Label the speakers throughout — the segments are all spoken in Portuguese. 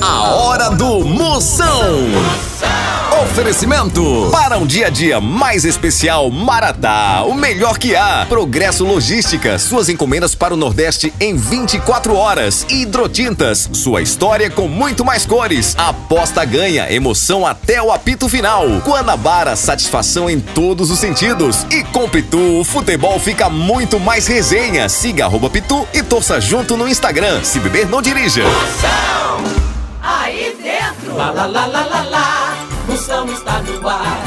Speaker 1: A hora do Moção. Oferecimento para um dia a dia mais especial Maratá, o melhor que há. Progresso Logística, suas encomendas para o Nordeste em 24 horas. Hidrotintas, sua história com muito mais cores. Aposta ganha, emoção até o apito final. Guanabara, satisfação em todos os sentidos. E com Pitu, o futebol fica muito mais resenha. Siga arroba Pitu e torça junto no Instagram. Se beber, não dirija.
Speaker 2: Aí dentro, lá lá lá lá lá lá, Moção está no ar.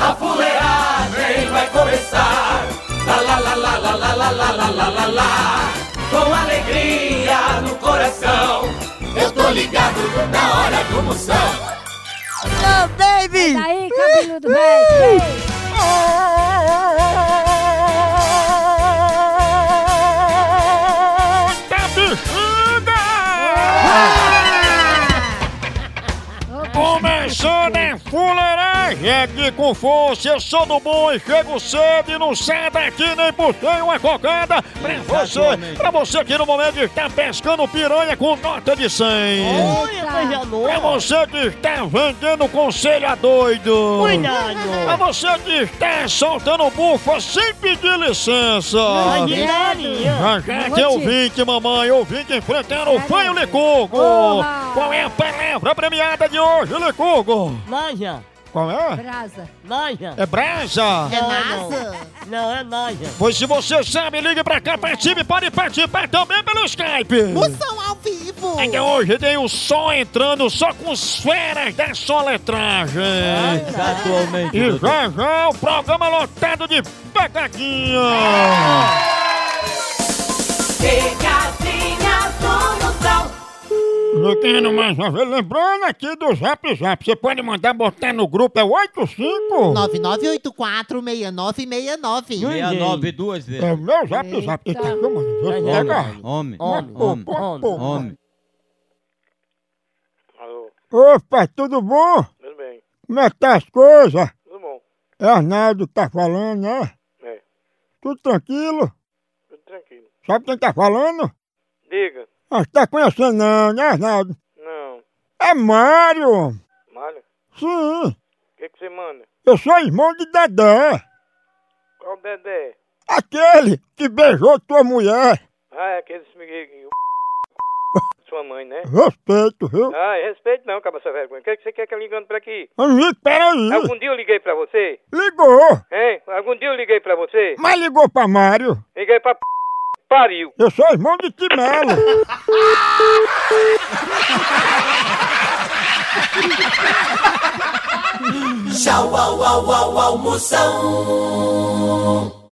Speaker 2: A fuleagem vai começar. Lá lá lá lá lá lá lá lá lá lá lá lá. Com alegria no coração, eu tô ligado na hora do Moção.
Speaker 3: Ô, baby!
Speaker 4: É Daí, cabeludo velho.
Speaker 5: Tá bichuda! Começando a fuleiragem aqui com força, eu sou do bom e chego cedo e não saio daqui nem botei uma cocada pra você, pra você que no momento está pescando piranha com nota de 100.
Speaker 3: Olha, coisa
Speaker 5: Pra
Speaker 3: louca!
Speaker 5: você que está vendendo conselho a doido. Pra
Speaker 3: Cuidado!
Speaker 5: você que está soltando bufa sem pedir licença.
Speaker 3: Imaginaria!
Speaker 5: Ah, Já que ouvinte, mamãe, ouvinte enfrentaram o fanho Licurgo.
Speaker 4: Olá.
Speaker 5: Qual é a palavra premiada de hoje, Licurgo?
Speaker 3: Naja!
Speaker 5: Qual é?
Speaker 4: Brasa.
Speaker 3: Naja!
Speaker 5: É brasa.
Speaker 3: É NASA? Não, é Naja!
Speaker 5: Pois se você sabe, ligue pra cá, participe, pode participar também pelo Skype.
Speaker 6: São ao vivo!
Speaker 5: Ainda hoje dei o som entrando só com os feras da soletragem.
Speaker 7: Atualmente.
Speaker 5: E já já o programa lotado de
Speaker 6: É.
Speaker 5: pegadinha.
Speaker 2: Pegadinha do Moção.
Speaker 5: Juquinho, mais uma vez, lembrando aqui do Zap Zap, você pode mandar botar no grupo, é 85?
Speaker 6: 99846969.
Speaker 7: 69 duas vezes.
Speaker 5: É o meu Zap Zap,
Speaker 4: Eita.
Speaker 5: Eita, mano, vou te pegar.
Speaker 7: Homem. Homem.
Speaker 3: Homem,
Speaker 7: Homem.
Speaker 3: homem,
Speaker 7: Homem.
Speaker 8: Alô,
Speaker 5: Opa, tudo bom?
Speaker 8: tudo bem?
Speaker 5: Como é que tá as coisas?
Speaker 8: Tudo bom?
Speaker 5: É Arnaldo que tá falando, né?
Speaker 8: É,
Speaker 5: Tudo tranquilo?
Speaker 8: tudo tranquilo.
Speaker 5: Sabe quem tá falando?
Speaker 8: Diga.
Speaker 5: Ah, você tá conhecendo não, né, Arnaldo?
Speaker 8: Não.
Speaker 5: É Mário!
Speaker 8: Malha,
Speaker 5: Sim,
Speaker 8: o que, que você manda?
Speaker 5: eu sou irmão de Dedé.
Speaker 8: Qual o Dedé?
Speaker 5: Aquele que beijou tua mulher.
Speaker 8: Ah, é aquele smiguinho. Sua mãe, né?
Speaker 5: Respeito, viu?
Speaker 8: Ah, respeito não, cabaça vergonha. O que, que você quer que eu ligando pra aqui?
Speaker 5: Amigo, peraí.
Speaker 8: Algum dia eu liguei pra você?
Speaker 5: Ligou.
Speaker 8: Hein? Algum dia eu liguei pra você?
Speaker 5: Mas ligou pra Mário.
Speaker 8: Liguei pra p... pariu.
Speaker 5: Eu sou irmão de Timelo.
Speaker 2: Tchau, au, au, au, au, Moção.